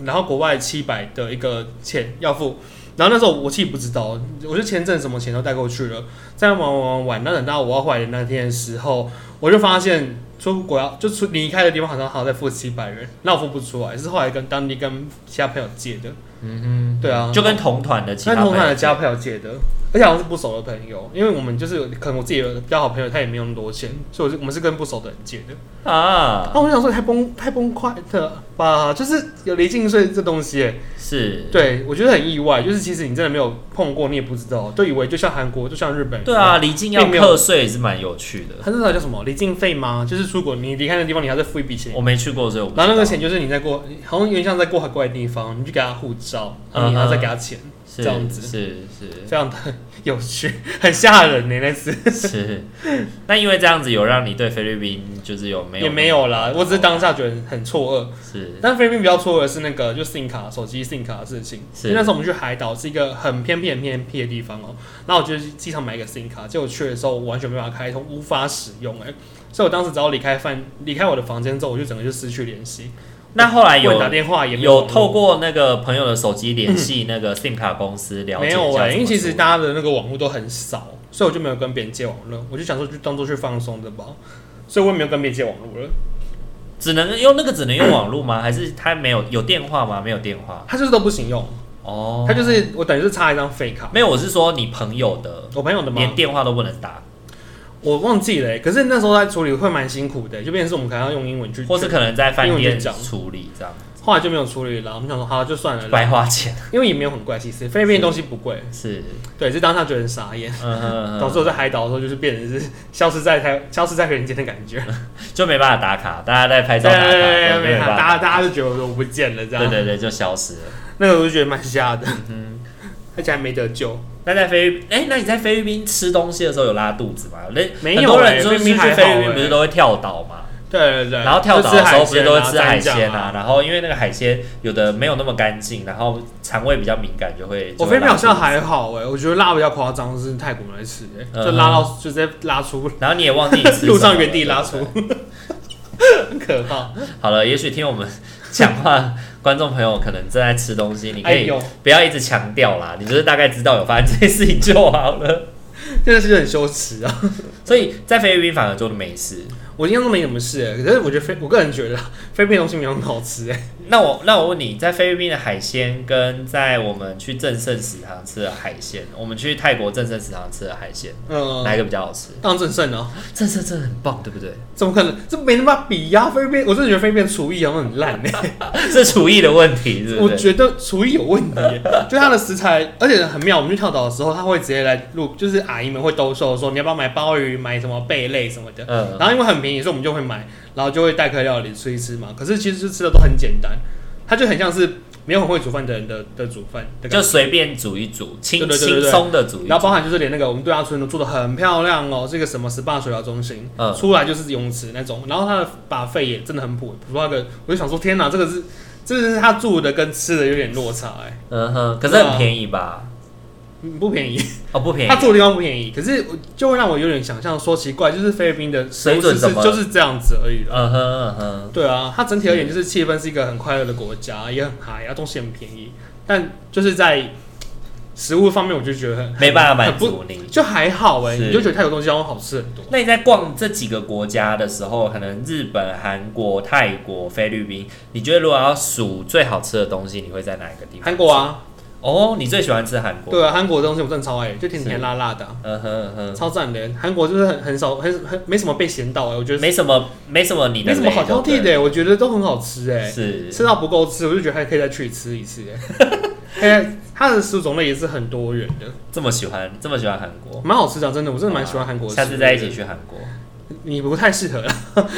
然后国外七百的一个钱要付。然后那时候我自己不知道，我就签证什么钱都带过去了，在玩玩玩玩。那等到我要回来的那天的时候，我就发现出国要就出离开的地方好像还要再付七百元，那我付不出来，是后来跟当地跟其他朋友借的。
嗯
对啊
哼，，就跟同团的其
那
他
同
朋
他
友
的家朋友借的，而且好像是不熟的朋友，因为我们就是可能我自己有比较好朋友，他也没有那么多钱，所以我是我们是跟不熟的人借的。
啊
然，后我想说太崩太崩溃了吧，就是有离境税这东西耶，欸
是，
对我觉得很意外，就是其实你真的没有碰过，你也不知道，就以为就像韩国就像日本，
对啊，，离境要课税也是蛮有趣的。
他那个叫什么离境费吗？就是出国你离开那地方，你还是付一笔钱。
我没去过，所以我不知
然
道
后那个钱就是你在过，好像有点像在过海怪的地方，你去给他护照，然后你还要再给他钱，
是
这样子
是是
非常的 有趣，很吓人呢、那次。
是。 那因为这样子有让你对菲律宾就是有没有
也没有啦，我只是当下觉得很错愕。
是
但菲律宾比较错愕的是那个就 SIM 卡、手机 SIM 卡的事情。
是
因为那时候我们去海岛是一个很偏僻、很偏僻的地方哦、然后我就去机场买一个 SIM 卡，结果去的时候我完全没办法开通，无法使用哎、所以我当时只要离开饭、离开我的房间之后，我就整个就失去联系。
那后来有
会打电话也没
哎有
网络
透过那个朋友的手机联系那个 SIM 卡公司了解
没
一下
有
怎么
哎、因为其
处
实
理
大家的那个网络都很少，所以我就没有跟别人借网络，我就想说就当做去放松的吧，所以我也没有跟别人借网络了。
只能用那个只能用网络吗？还是他没有有电话吗？没有电话
他就是都不行用，
哦，
他就是我等于是插一张废卡。
没有。我是说你朋友的，
我朋友的吗？
连电话都不能打，
我忘记了欸、可是那时候在处理会蛮辛苦的欸、就变成是我们可能要用英文去，
或是可能在饭
因为我
店
就讲
处理这样，
后来就没有处理了。我们想说，好就算了啦，
白花钱
因为也没有很贵，其实菲律宾的东西不贵，
是，
对，是当下觉得很傻眼。
嗯哼嗯
导
哼，
致我在海岛的时候，就是变成是 消失在台，消失在人间的感觉。
就没办法打卡，大家在拍
对
照打卡，
对
都
对
没
对，
有办
大
法
家大家就觉得我不见了这
对
样。
对对，就消失了。
那个我就觉得蛮瞎的，而且还没得救。
那在菲律，哎、那你在菲律宾吃东西的时候有拉肚子吗？那
没有
很多人
欸
说
菲律
是
宾
去
还
菲律
好
宾
欸
不是都会跳岛吗？
对对对，
然后跳岛的时候不是都会吃海
就
鲜
啊蘸酱
啊？然后因为那个海鲜有的没有那么干净，然后肠胃比较敏感，就会
我
就会
飞
拉
面好像
肚子
还好哎、我觉得拉比较夸张是泰国人来吃、欸，
嗯
就拉到就直接拉出
然后你也忘记你吃什
路
么
上原地
了
拉
对
出， 很可怕。
好了，也许听我 们讲话，观众朋友可能正在吃东西，你可
哎
以
呦，
不要一直强调啦，你就是大概知道有发生这件事情就好了。
真的是很羞耻啊！
所以在菲律宾反而做的美食，
我印象中没什么事、欸，可是我觉得菲，我个人觉得啦菲律宾东西没有很好吃哎、
那我那我问你，在菲律宾的海鲜跟在我们去正盛食堂吃的海鲜，我们去泰国正盛食堂吃的海鲜，
嗯、
哪一个比较好吃？
当然正胜啊，
正盛真的很棒，对不 对？
怎么可能？这没那么比呀、菲律宾，我真的觉得菲律宾厨艺好像很烂哎、
是厨艺的问题，是不
我
是？
觉得厨艺有问题耶，就它的食材，而且很妙。我们去跳岛的时候，他会直接来录，就是阿姨们会兜售说你要不要买鲍鱼、买什么贝类什么的。
嗯，
然后因为很便宜，所以我们就会买，然后就会带客料理吃一吃嘛。可是其实就吃的都很简单，它就很像是没有很会煮饭的人的的煮饭的感
就
觉。
随便煮一煮，轻
对对对对
轻
对
松的煮一
然后包
煮。
含就是连那个我们度假村都做的很漂亮哦，这个什么 SPA 水疗中心，
嗯
出来就是泳池那种，然后它的把费也真的很普，普通那个，我就想说天哪，这个是，这是他住的跟吃的有点落差哎、
嗯哼，可是很便宜吧？
嗯不便宜，
哦，不便宜
他。住的地方不便宜，可是我就会让我有点想象说奇怪，就是菲律宾的
水准
都市
怎
是
么
就是这样子而已了。
嗯哼嗯哼，
对啊，它整体而言就是气氛是一个很快乐的国家，也很嗨，啊，东西很便宜，但就是在食物方面，我就觉得很
没办法满
很
足你
不。就还好哎、
是
你就觉得泰国东西好像好吃很多。
那你在逛这几个国家的时候，可能日本、韩国、泰国、菲律宾，你觉得如果要数最好吃的东西，你会在哪一个地方？
韩国。啊，
哦，你最喜欢吃韩国？
对啊，韩国的东西我真的超爱，就甜甜辣辣的啊、
嗯哼嗯哼，
超赞的。欸韩国就是很很少，很很没什么被嫌到哎、我觉得
没什么没什么你的
没
雷，
什么好挑剔的、
对
欸，我觉得都很好吃哎、
不对。
吃
是，
到不够吃，我就觉得还可以再去吃一 次、欸。哎，它的食物种类也是很多元的，
这么喜欢这么喜欢韩国，
蛮好吃的啊、真的，我真的蛮喜欢韩国的食
下
物的。
次再一起去韩国。
你不太适合啦。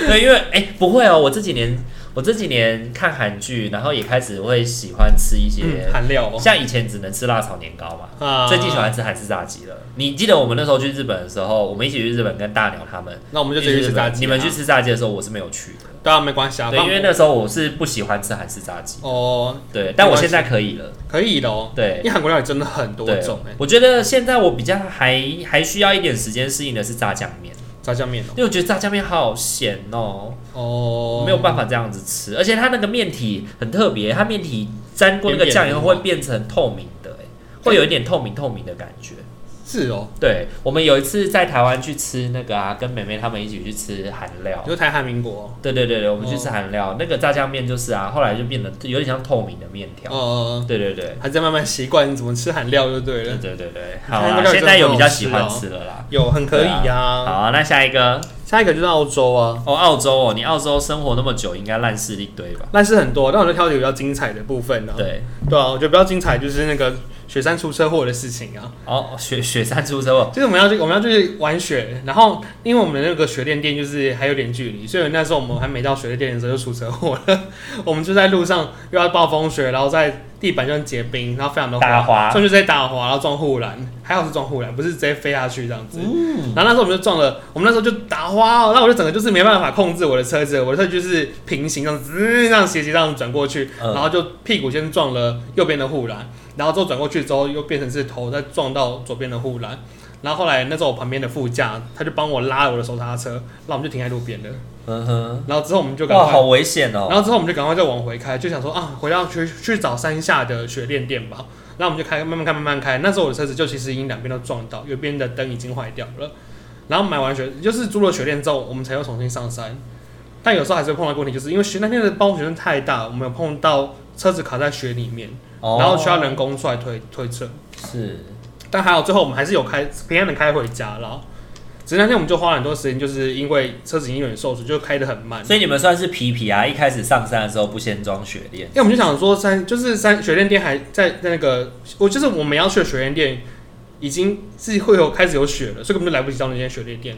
对，因为哎、不会哦，我这几年我这几年看韩剧，然后也开始会喜欢吃一些
嗯，，韩料哦。
像以前只能吃辣炒年糕嘛，
啊
最近喜欢吃韩式炸鸡了。你记得我们那时候去日本的时候，我们一起去日本跟大鸟他们，
那我们就直接去吃炸鸡啊。
你们去吃炸鸡的时候，我是没有去的。
当然没关系啊，
对，
放
因为那时候我是不喜欢吃韩式炸鸡，
哦
对，但我
没关
现
系
在可以了。
可以的哦。因
对，
为韩国料理真的很多
对
种哎，，
我觉得现在我比较还还需要一点时间适应的是炸酱面，哦
炸酱面哦
因为我觉得炸酱面好咸哦，
哦，哦，
没有办法这样子吃，而且它那个面体很特别，它面体沾过那个酱以后会变成透明的、哎，会有一点透明透明的感觉。
是哦，
对，我们有一次在台湾去吃那个啊，跟妹妹她们一起去吃韩料。
就台韩民国哦
对对对对，我们去吃韩料，那个炸酱面就是啊，后来就变得有点像透明的面条。
哦，
对对对，
还在慢慢习惯怎么吃韩料就对
对
了，
对对对，好
韩国
啦
料理，真的
现在有
很
比
好
较
吃
喜欢
哦
吃的啦。
有很可以
好
呀。
啊，那下一个
下一个就是澳洲啊，
哦，澳洲哦，你澳洲生活那么久，应该烂事一堆吧？
但是很多，但我就挑几个比较精彩的部分呢。
对，
对啊，我觉得比较精彩就是那个雪山出车祸的事情啊。
哦，雪雪山出车祸，
就是我们要去，我们要去玩雪，然后因为我们的那个雪链店就是还有点距离，所以那时候我们还没到雪链店的时候就出车祸了。 我们就在路上又要暴风雪，然后在地板上结冰，然后非常的
打滑
所以就在打滑，然后撞护栏，还好是撞护栏，不是直接飞下去这样子。
嗯
然后那时候我们就撞了，我们那时候就打滑、哦，那我就整个就是没办法控制我的车子，我的车子就是平行这样子，滋这样斜斜这样转过去，
嗯
然后就屁股先撞了右边的护栏，然后之后转过去之后又变成是头再撞到左边的护栏。然后后来那时候我旁边的副驾，他就帮我拉了我的手刹车，那我们就停在路边了。
嗯哼，
然后之后我们就赶
哇，
快
好，危险
然
哦。
后之后我们就赶快再往回开，就想说啊，回到去去找山下的雪链店吧。然后我们就开慢慢开慢慢开，那时候我的车子就其实已经两边都撞到，右边的灯已经坏掉了。然后买完雪就是租了雪链之后，我们才又重新上山。但有时候还是会碰到一个问题，就是因为雪那天的暴风雪真的太大，我们有碰到车子卡在雪里面，
哦
然后需要人工出来推推车。
是，
但还好最后我们还是有开平安的开回家啦。只是那天我们就花了很多时间，就是因为车子已经有点受损，就开得很慢。
所以你们算是皮皮啊，一开始上山的时候不先装雪链，
因为我们就想说三，就是三雪链店还在在那个，我就是我们要去的雪链店已经是会有开始有雪了，所以根本就来不及到那间雪链店。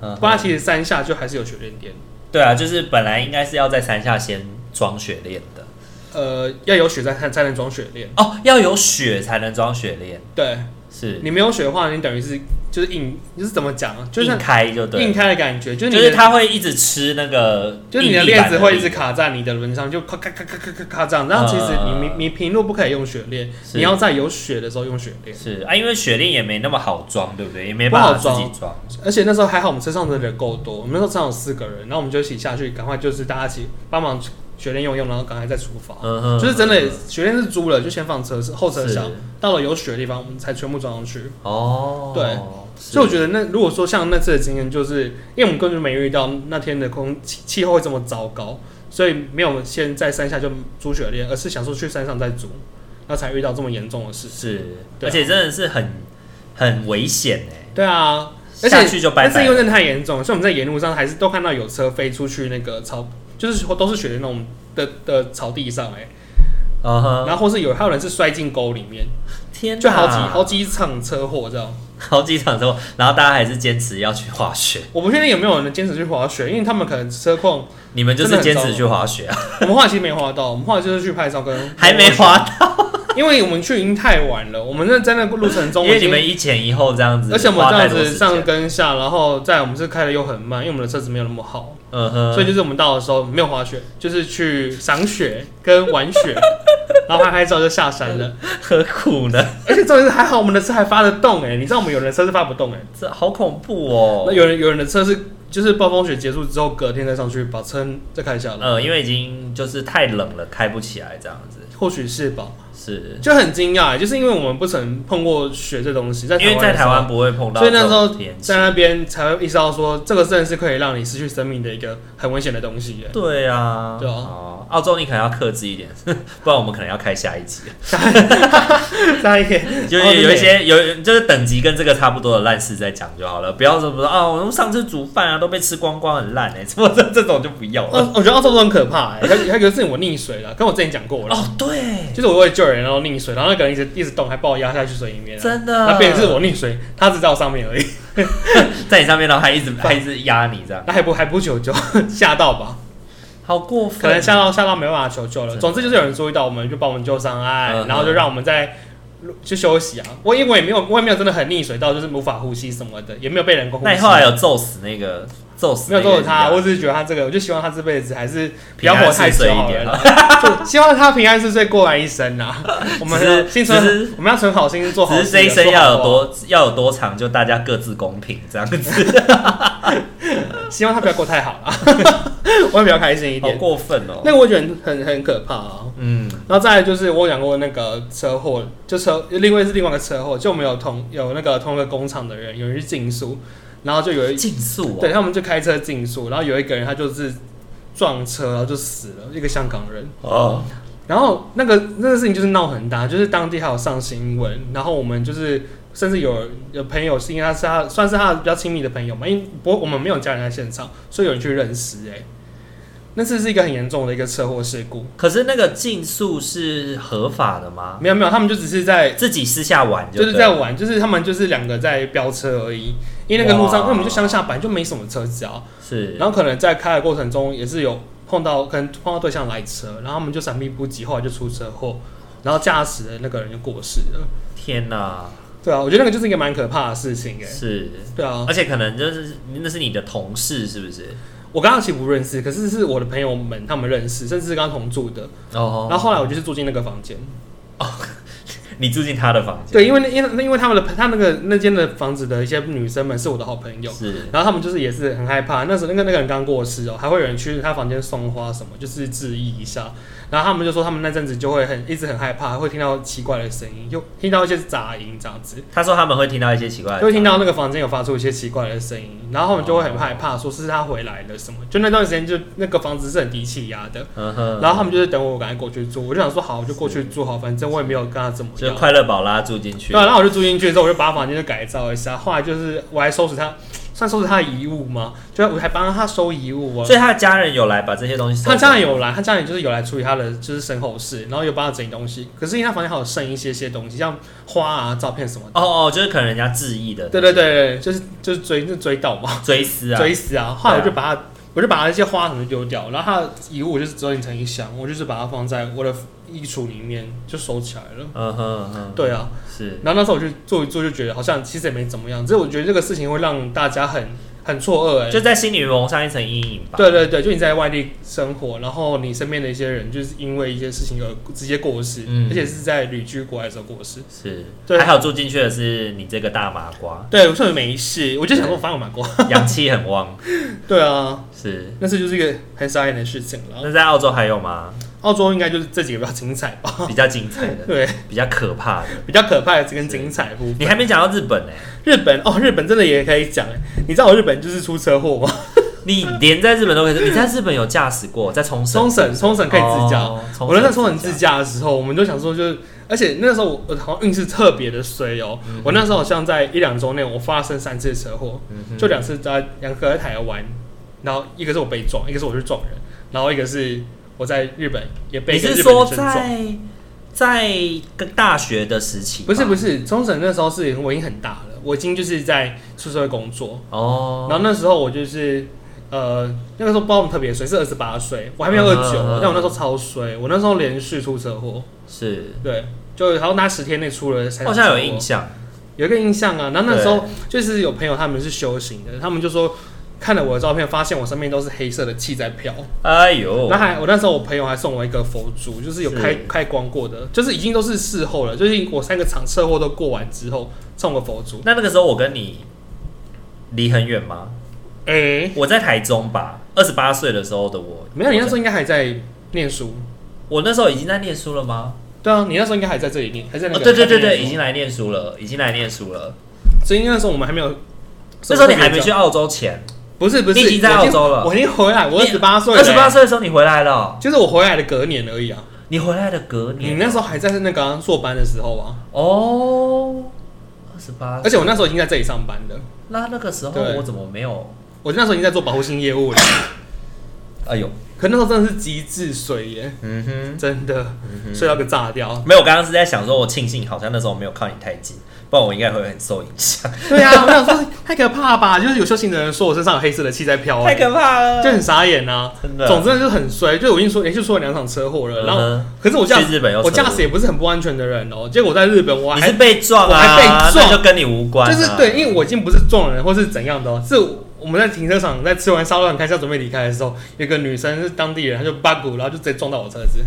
嗯哼
不然其实山下就还是有雪链店，
对啊，就是本来应该是要在山下先装雪链的
呃，要有雪才才才能装雪链。
哦，要有雪才能装雪链，
对
是
你没有雪的话，你等于是就是硬，就是怎么讲啊，就
硬
是
开就对，
硬，开的感觉，就是你
就
的
是它会一直吃那个，
就是你的链子会一直，卡在你的轮上，就咔咔咔咔咔咔咔这样。然后其实你你你平路不可以用雪链，
啊是
你要在有雪的时候用雪链。
是啊，因为雪链也没那么好装，对不对？也没
不好
办法自己装，
而且那时候还好，我们车上的人够多，我们那时候车上有四个人，然后我们就一起下去，赶快就是大家一起帮忙雪链用用，然后赶快再出发。
嗯哼，
就是真的雪链是租了，就先放车后车厢
是，
到了有雪的地方，我们才全部装上去。
哦，
对
是，
所以我觉得那如果说像那次的经验，就是因为我们根本就没遇到那天的空气气候会这么糟糕，所以没有先在山下就租雪链，而是想说去山上再租，那才遇到这么严重的事。
是，
对
而
啊
且真的是很很危险哎，
对啊，而
下
且
去就拜
但
拜
是因为
了。
真的太严重了，所以我们在沿路上还是都看到有车飞出去那个草，就是都是雪的那种的的草地上哎、
嗯哼，
然后或是有还有人是摔进沟里面，
天哪，
就好几好几场车祸这样。
好几场之后，然后大家还是坚持要去滑雪，
我不确定有没有人坚持去滑雪，因为他们可能车况，
你们就是
真的很
坚
糟
持去滑雪啊，
我们后来其实没滑到，我们后来就是去拍照跟
还没滑到，
因为我们去已经太晚了，我们那在那个路程中
因
已经，
为你们一前一后这样子，
而且我们这样
花太多
子
时间
上，跟下，然后再我们是开的又很慢，因为我们的车子没有那么好，
嗯哼，
所以就是我们到的时候没有滑雪，就是去赏雪跟玩雪，然后拍拍照就下山了。
何苦呢？
而且重点是还好我们的车还发得动哎、你知道我们有人的车是发不动哎、
这好恐怖哦
那。有人有人的车是就是暴风雪结束之后隔天再上去把车再开下来，
呃，因为已经就是太冷了，开不起来这样子，
或许是吧，
是
就很惊讶、就是因为我们不曾碰过雪这东西，在
因为
的
在
时
台
候
湾不会碰到这
所以那时候
种天气
在。那边才会意识到说，这个真的是可以让你失去生命的一个很危险的东西耶。哎
对啊，
对啊
哦，澳洲你可能要克制一点， 不然我们可能要开下一 集，
下一页，
就是有一些有就是等级跟这个差不多的烂事再讲就好了，不要什么说啊，我们上次煮饭啊都被吃光光，很烂哎、欸，什 么这这种就不要
澳，
了。
哦我我觉得澳洲都很可怕欸耶。还有还有一个事情我溺水了，跟我之前讲过了，
哦，对，
就是我为了救人然后溺水，然后那个人一直一直动，还把我压下去水里面啊。
真的，
那变成是我溺水，他只在我上面而已，
在你上面，然后还一直还一直压你这样，
那还不还不求救， 吓到吧？
好过分，
可能吓到吓到没办法求救了。
真的
总之就是有人注意到我们，就把我们救上岸，
嗯
然后就让我们在路就休息啊。我因为我也没有我也没有真的很溺水到就是无法呼吸什么的，也没有被人工呼吸。
那你后来有揍死那个揍死
没
那
有
个
咒
人
他，
吗
我只是觉得他这个，我就希望他这辈子还是不
啊平
要
安
活太久
顺遂一
好
点啊
了， 就希望他平安顺遂过完一生啊。我们
只是
心
只
存，我们要存好心，做好
只
事。
是这一生
做好
要有
话，
多要有多长，就大家各自公平这样子，
希望他不要过太好了， 我也比较开心一
好
点。
过分哦。
那个我觉得很很可怕啊。
嗯，
然后再来就是我讲过那个车祸，就车另外是另外一个车祸，就我们有同有那个同一个工厂的人，有人去竞速，然后就有一
竞速哦，
对他们就开车竞速，然后有一个人他就是撞车，然后就死了，一个香港人。
哦，
然后那个那个事情就是闹很大，就是当地还有上新闻，然后我们就是甚至有有朋友是因为他是他算是他比较亲密的朋友嘛，因为不过我们没有家人在现场，所以有人去认识哎、那次是一个很严重的一个车祸事故，
可是那个竞速是合法的吗？
没有没有，他们就只是在
自己私下玩
就是
对
在
了
玩，就是他们就是两个在飙车而已，因为那个路上，因
哇
为我们就乡下本来就没什么车子啊，
是，
然后可能在开的过程中也是有碰到，可能碰到对象来车，然后他们就闪避不及，后来就出车祸，然后驾驶的那个人就过世了。
天哪，
对啊，我觉得那个就是一个蛮可怕的事情哎、
是，
对啊，
而且可能就是那是你的同事是不是？
我刚刚其实不认识，可是是我的朋友们他们认识，甚至是刚同住的。
哦
然后后来我就是住进那个房间，
你住进他的房间，
对，因为那因为因为他们的他那个那间的房子的一些女生们是我的好朋友，
是
然后他们就是也是很害怕，那时候那个那个人刚过世哦，还会有人去他房间送花什么，就是致意一下。然后他们就说他们那阵子就会很一直很害怕，会听到奇怪的声音，就听到一些杂音这样子，
他说他们会听到一些奇怪的，
就会听到那个房间有发出一些奇怪的声音，然后他们就会很害
嗯
怕，说是他回来了什么。就那段时间就那个房子是很低气压的，
嗯哼，
然后他们就是等我赶快过去住，我就想说好，我就过去住好，反正我也没有跟他怎么
就是啊
样。
快乐宝拉住进去
对、，啊，然后我就住进去之后，我就把房间就改造一下。后来就是我还收拾他，算收拾他的遗物吗？就我还帮他收遗物啊
所。以他的家人有来把这些东西收走，
他家人有来，他家人就是有来处理他的就是身后事，然后有帮他整理东西。可是因为他房间还有剩一些些东西，像花啊、照片什么的。
哦哦，就是可能人家致意的，
对对对对，就是就是追就追到嘛，
追思啊，
追死啊！后来我就把他我就把那些花什么丢掉，然后它的遗物我就是只有成一箱，我就是把它放在我的衣橱里面就收起来了。
嗯哼嗯哼，
对啊，
是，
然后那时候我就做一做，就觉得好像其实也没怎么样，只是我觉得这个事情会让大家很很错愕哎、
就在心里蒙上一层阴影吧。
对对对，就你在外地生活，然后你身边的一些人就是因为一些事情而直接过世，
嗯
而且是在旅居国外的时候过世。
是，
对
还好住进去的是你这个大麻 瓜，
对，我说我没事，我就想说，反正我买过。
阳气很旺。
对啊，
是，
那是就是一个很傻眼的事情了。
那在澳洲还有 吗？
澳洲应该就是这几个比较精彩吧？
比较精彩的，
对，
比较可怕的。
比较可怕的跟精彩的部
你
分。
还没讲到日本欸呢、
日本哦，日本真的也可以讲哎，你知道我日本就是出车祸
哦
吗？
你连在日本都可以。你在日本有驾驶过，在冲绳
冲，绳，冲绳可以自驾。
哦冲绳
我那时候冲绳自驾的时候，我们就想说，就是而且那时候我我好像运势特别的衰哦、我那时候好像在一两周内，我发生三次车祸，
嗯哼
就两次在两个在台湾，然后一个是我被撞，一个是我去撞人，然后一个是我在日本也被
你
一个
是
日本
说
女生撞。
在在跟大学的时期吧？
不是不
是
是，冲绳那时候是我已经很大了，我已经就是在宿舍工作，
哦，
然后那时候我就是，呃，那个时候包我们特别衰，是二十八岁，我还没有二九、
嗯
但我那时候超衰，我那时候连续出车祸，
是
对，就好像那十天内出了三，
好像有印，象，
有一个印象啊。然后那时候
对
就是有朋友他们是修行的，他们就说看了我的照片，发现我身边都是黑色的气在飘。
哎呦
然，后还我那时候我朋友还送我一个佛珠，就是有开
是
开光过的，就是已经都是事后了，就是我三个场车祸都过完之后送我佛珠。
那那个时候我跟你离很远吗？
哎、
我在台中吧，二十八岁的时候的我，
没有，你那时候应该还在念书。
我那时候已经在念书了吗？
对啊，你那时候应该还在这里念，还在那
哦，
个、
对对对
还在那
对，
里
已经
念
来念书了，已经来念书了。
书。所以那时候我们还没有，
那时候你还没去？澳洲前，
不是不是，
你已经在澳洲了
我已经我已经回来，我二
你
十八岁，欸
二十八，岁的时候你回来了哦，
就是我回来的隔年而已啊。
你回来的隔
你
年，
那时候还在那个硕班的时候啊，
哦，二十八，
而且我那时候已经在这里上班了，
那那个时候
对
我怎么没有？
我那时候已经在做保护性业务了。
哎呦，
可那时候真的是极致水耶，
嗯哼，
真的睡到个炸 掉。
没有，我刚刚是在想说，我庆幸好像那时候没有靠你太近，不然我应该会很受影响，
对啊，我想 说太可怕了吧，就是有修行的人说我身上有黑色的气在飘啊，
太可怕了，
就很傻眼啊。
真的，
总之就是很衰，就我已经说连续出了两场车祸了，然后
嗯哼
可是我驾
去日本又
我
车祸
驾驶也不是很不安全的人哦、结果我在日本我
你
还
是被撞
我
啊，
还被撞
那就跟你无关、啊，
就是对，因为我已经不是撞人或是怎样的、哦，是我们在停车场在吃完沙拉很开心要准备离开的时候，有个女生是当地人，她就八股，然后就直接撞到我车子。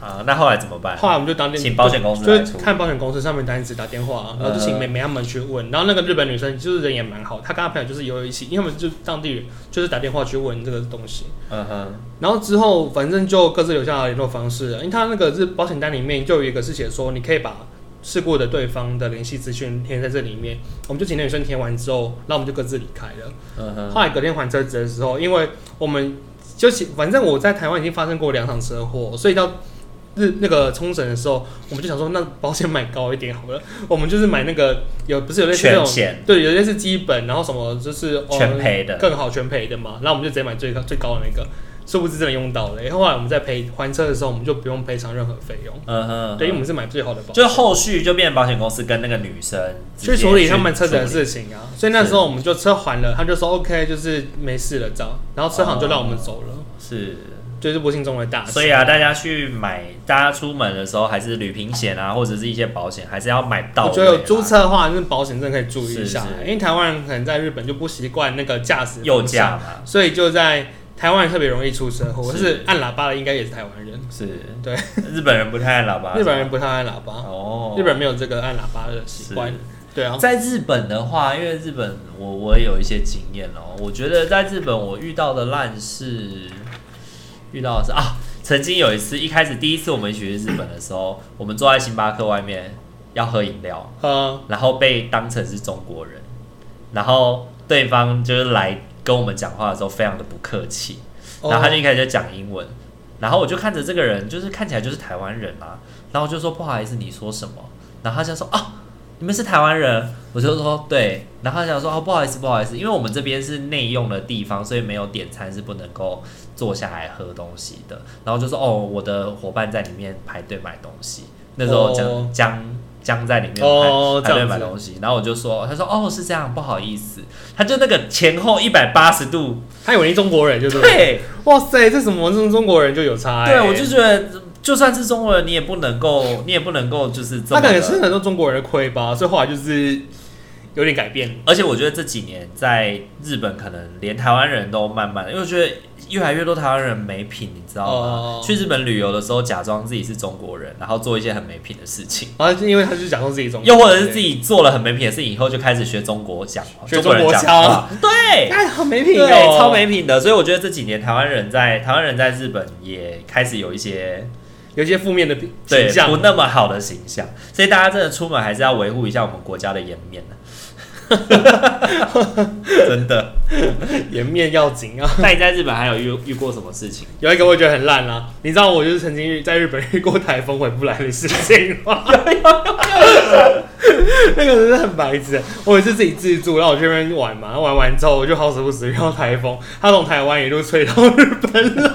啊，那后来怎么办？
后来我们就当地
请保险公司
就
来嗯
是
出
看保险公司上面单子打电话、啊，然后就请妹妹他们去问。然后那个日本女生就是人也蛮好，她跟她朋友就是有一起，因为他们就是当地人，就是打电话去问这个东西。
嗯哼，
然后之后反正就各自留下联络方式了，因为他那个是保险单里面就有一个是写说你可以把事故的对方的联系资讯填在这里面，我们就请那女生填完之后，然后我们就各自离开了。
嗯哼，
后来隔天还车子的时候，因为我们就其反正我在台湾已经发生过两场车祸，所以到日那个冲绳的时候，我们就想说那保险买高一点好了， 我们就是买那个有不是有类似那种
全险
对，有类似基本，然后什么就是、哦、
全赔的
更好全赔的嘛，然后我们就直接买最高最高的那个，殊不知真的用到了。欸然后后来我们在赔还车的时候，我们就不用赔偿任何费用，
嗯哼，
对，因为我们是买最好的保险。
就后续就变保险公司跟那个女生直
去
接
处理他们车子的
处理
事情啊，所以那时候我们就车还了，他就说 OK，就是没事了这样，然后车行就让我们走了，
是，
就是不幸中的大幸。
所以啊，大家去买，大家出门的时候还是旅平险啊，或者是一些保险，还是要买到
我
位啦。
觉得有租车的话，就是保险真的可以注意一下
啊是，是
因为台湾人可能在日本就不习惯那个驾驶
右
方
驾
向，
嘛，
所以就在台湾人特别容易出车祸，
是
就是按喇叭的应该也是台湾人，
是
对，
日本人不太按喇叭，
日本人不太按喇叭，
哦，
日本人没有这个按喇叭的习惯
是，
对啊，
在日本的话，因为日本我我也有一些经验哦，我觉得在日本我遇到的烂事，遇到的是啊，曾经有一次一开始第一次我们一起去日本的时候，我们坐在星巴克外面要喝饮料，
呃，
然后被当成是中国人，然后对方就是来跟我们讲话的时候非常的不客气，
哦
然后他就一开始就讲英文，然后我就看着这个人，就是看起来就是台湾人啊，然后我就说不好意思，你说什么？然后他就说啊，你们是台湾人，我就说对，然后他想说哦不好意思不好意思，因为我们这边是内用的地方，所以没有点餐是不能够坐下来喝东西的，然后就说哦我的伙伴在里面排队买东西，那时候江、
哦
江僵在里面
哦
排排队
这样子
买东西。然后我就说，他说哦是这样，不好意思，他就那个前后一百八十度，
他以为你中国 人，就是
对
哇塞，这什么这种中国人就有差、欸。
对，我就觉得就算是中国人，你也不能够，你也不能够就是这么
他可能
的。
是很多中国人的亏吧，所以后来就是有点改变。
而且我觉得这几年在日本，可能连台湾人都慢慢的，因为我觉得越来越多台湾人没品，你知道吗？
哦
去日本旅游的时候，假装自己是中国人，然后做一些很没品的事情，
然后就因为他啊就是假装自己中国人，
又或者是自己做了很没品的事情，以后就开始学中国讲，
学
中人
中国
讲
腔
话，对。
哎，好没品哦，
对，超没品的，所以我觉得这几年台湾人在台湾人在日本也开始有一些
有一些负面的
对
形象
不。那么好的形象，所以大家真的出门还是要维护一下我们国家的颜面呢、 真的。
颜面要紧啊！
那你在日本还有遇遇过什么事情？
有一个我也觉得很烂啦、啊你知道我就是曾经在日本遇过台风回不来的事情吗？那个真的很白痴。我有一次自己自助，然后我去那边玩嘛，玩完之后我就好死不死遇到台风，它从台湾一路吹到日本来。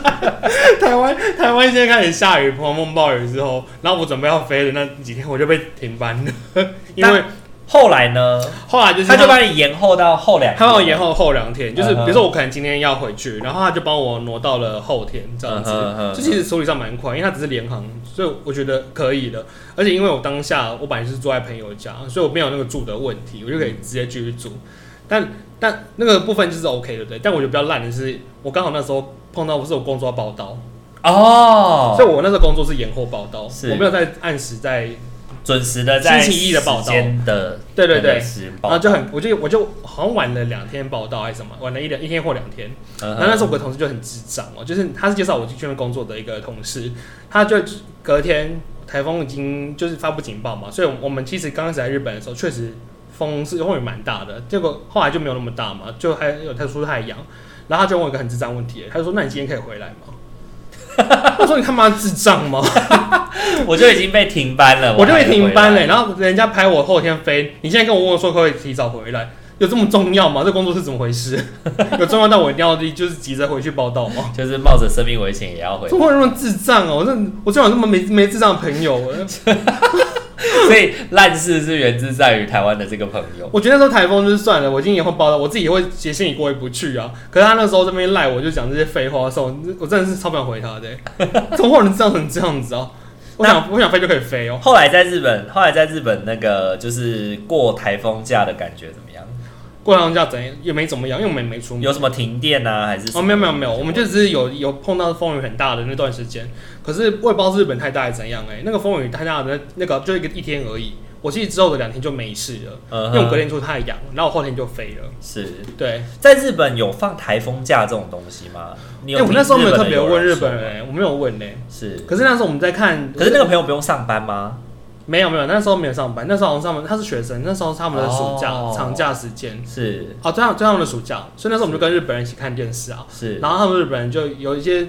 台湾台湾现在开始下雨，狂风暴雨之后，然后我准备要飞的那几天我就被停班了，因为
后来呢？
后来就是
他就把你延后到后两，
他帮我延，后后两天，就是
嗯哼
比如说我可能今天要回去，然后他就帮我挪到了后天这样子
嗯哼嗯哼，
就其实处理上蛮快，因为他只是联航，所以我觉得可以的。而且因为我当下我本来是住在朋友家，所以我没有那个住的问题，我就可以直接继续住。但但那个部分就是 OK 的，对。但我觉得比较烂的是，我刚好那时候碰到不是我工作要报道，
哦，
所以我那时候工作是延后报道，
是
我没有在按时在
准时的在
星期一的报道
时间的
对对对
那个时报
然后就很，我就我就好像晚了两天报道还是什么，晚了一两一天或两天。
嗯
然后那时
哼
候我的同事就很智障哦，就是他是介绍我去那边工作的一个同事，他就隔天台风已经就是发布警报嘛，所以我们其实刚开始在日本的时候确实风是风雨蛮大的，结果后来就没有那么大嘛，就还有特殊太阳。然后他就问我一个很智障问题，他就说：“那你今天可以回来吗？” 我说：“你他妈智障 吗？”
我就已经被停班了，
我就
还
会
没
停班
回
嘞，
来
然后人家排我后天飞，你现在跟我问我说可不可以提早回来，有这么重要吗？这工作是怎么回事？ 有重要到我一定要就是急着回去报道吗？
就是冒着生命危险也要回来
怎，么会有那么智障哦、我真的我最好这么没没智障的朋友哦。
所以烂事是源自在于台湾的这个朋友，
我觉得那时候台风就是算了，我今年会报道，我自己也会写信里过意不去啊。可是他那时候这边赖我，就讲这些废话的时候，我真的是超不想回他的、欸 怎么会有人这样成这样子啊？我想我想飞就可以飞哦、
后来在日本，后来在日本那个就是过台风假的感觉怎么样？
过两天怎样也没怎么样，因为我们也没出门。
有什么停电啊，还是什么
哦，没有没有没有，我们就只是有有碰到风雨很大的那段时间，可是我也不知道日本太大还是怎样哎、那个风雨太大的那个就一个一天而已，我其实之后的两天就没事了，
嗯
因
哼
为我隔天出太阳，然后我后天就飞了。
是
对，
在日本有放台风假这种东西吗？你
因
有
哎为我
听
那时候没有
日
特
本的
别
友
问
人
日
说
本
吗
人、哎我没有问呢、
是，
可是那时候我们在看，
可是那个朋友不用上班吗？
没有没有，那时候没有上班，那时候好像上班，他是学生，那时候是他们的暑假、
哦
长假时间，
是
哦，对啊，对他们的暑假，所以那时候我们就跟日本人一起看电视啊，
是，
然后他们日本人就有一些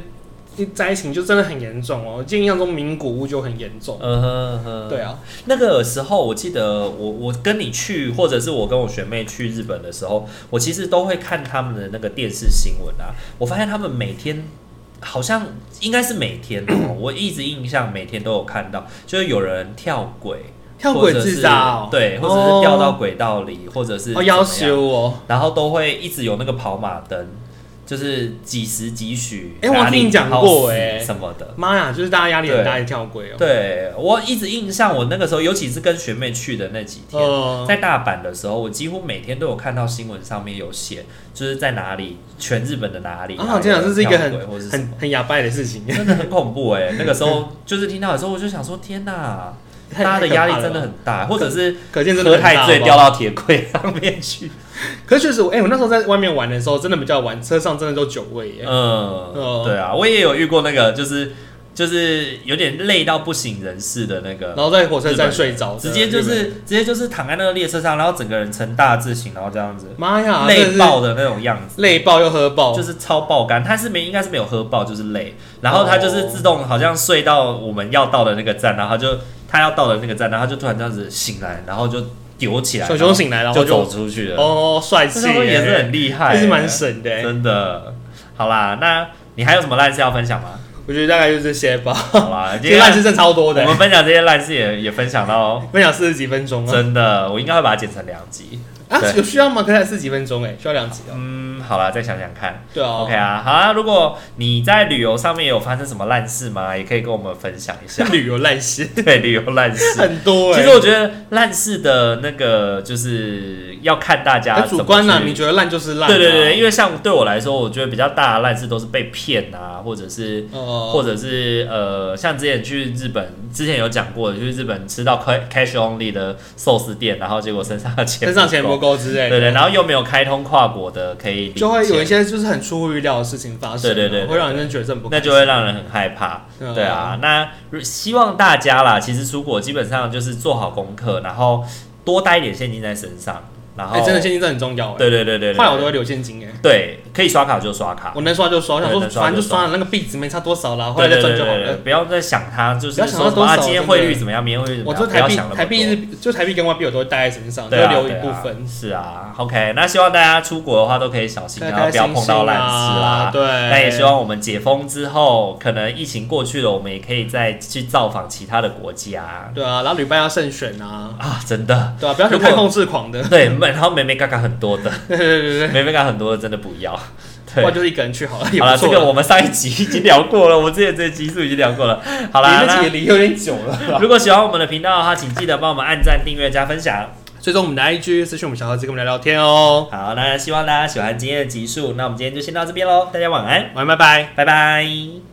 灾情就真的很严重哦，我记得印象中名古屋就很严重。
嗯哼嗯哼，
对。啊，
那个时候我记得我我跟你去，或者是我跟我学妹去日本的时候，我其实都会看他们的那个电视新闻啊。我发现他们每天好像应该是每天 哦，我一直印象每天都有看到，就是有人跳轨，
跳
或
轨
者是
自杀哦，
对，或者是掉到轨道里，或者是
哦要
怎么样
修哦。
然后都会一直有那个跑马灯，就是几时几许，
哎我
哪里
听你讲
然后
过
死
哎
什么的。
妈呀，就是大家压力很大，也跳轨哦。
对我一直印象，我那个时候，尤其是跟学妹去的那几天，
呃，
在大阪的时候，我几乎每天都有看到新闻上面有写，就是在哪里，全日本的哪里，
啊，我讲这是一个
然后有人跳轨或者是
很
什么
很很哑巴的事情，
真的很恐怖哎、那个时 候就是听到的时候，我就想说，天哪，大家的压力 真的很大，或者是
可见真的
喝
很大
太醉
好不
掉
好
到铁轨上面去，
可是确实，哎，我那时候在外面玩的时候，真的比较晚，车上真的都酒味耶。
嗯
哦，
对啊，我也有遇过那个，就是就是有点累到不省人事的那
然
个，
后在火车站睡着的，
直接就
对啊
是直接就是躺在那个列车上，然后整个人成大字形，然后这样子
不对妈呀，啊真
累
的是
爆的那种样子，
累爆又喝爆
就，是超爆肝，他是没应该是没有喝爆，就是累，然后他
哦
就是自动好像睡到我们要到的那个站，然后他就他要到的那个站，然后他就突然这样子醒来，然后就丢起来，
小熊醒来了，
然
然
后
后
就走出去了，
哦，帅
这
气
他
耶，
们也是很厉害，欸
这是蛮神的耶。欸
真的。好啦，那你还有什么烂事要分享吗？
我觉得大概就这些吧。
好啦，今
这
天
烂事真的超多
我
的、欸
们分享这些烂事也也分享 到，
分享四十几分钟啊！
真的，我应该会把它剪成两集。
啊
对，
有需要吗？可才四十几分钟哎、需要两集哦、
嗯，好啦，再想想看。
对啊。
OK 啊，好啊。如果你在旅游上面有发生什么烂事吗？也可以跟我们分享一下
旅游烂事
对，旅游烂事。
很多哎、
其实我觉得烂事的那个就是要看大家
很呃主观呐、
呐、
你觉得烂就是烂、啊，
对对对，，因为像对我来说，我觉得比较大的烂事都是被骗啊，或者是
呃，
或者是呃，像之前去日本，之前有讲过的，就是日本吃到 ca- cash only 的寿司店，然后结果身上的钱
身上钱不
不够，
够之类
对
的，
对，然后又没有开通跨国的可以领
就会有一
钱，
些就是很出乎意料的事情发生啊，
对对对对
会让人觉得这很不开
那
心，
就会让人很害怕。
嗯
对啊，那如希望大家啦，其实出国基本上就是做好功课，然后多带一点现金在身上，然后、
哎、真的现金真的很重要哎、
哦对对对对对，
坏我都会留现金哎、
对，可以刷卡就刷卡。
我能刷就刷，我想
对
说
能刷就
反正就
刷
刷了，那个币值没差多少啦，后
对
来
对
再
对
赚就好
对对，
了。
不要再想它，就是
不要想
说
到
什么
多
啊，
少
今天
真的
汇率怎么样，明天汇率怎
我
么
就
样，不
台
要
币
想那么
台币
多
日就台币跟外币我都会带在身上，就
对
会
啊，
留一
对啊
部分。
是啊，OK，那希望大家出国的话都可以小心，
大
然后
家
不要碰到烂事啦。
啊对，
那也希望我们解封之后，可能疫情过去了，我们也可以再去造访其他的国家
对啊，然后旅伴要慎选啊，
啊！真的，
对 啊，不要选太控制狂的，
对，然后美美嘎嘎很多的，
对对对对
美美嘎嘎很多的真的不要。
对，
对
或，者就是一个人去好了，也
好了，
不
这
错啊
个
啦。
我们上一集已经聊过了，我之前这集数已经聊过 了。好啦，
你那
那
集离有点久 了。
如果喜欢我们的频道的话，请记得帮我们按赞、订阅、加分享。
最终我们的 IG 私讯我们小盒子跟我们聊聊天哦，
好，那希望大家喜欢今天的集数，那我们今天就先到这边喽，大家晚安，
晚安，拜拜。
拜拜。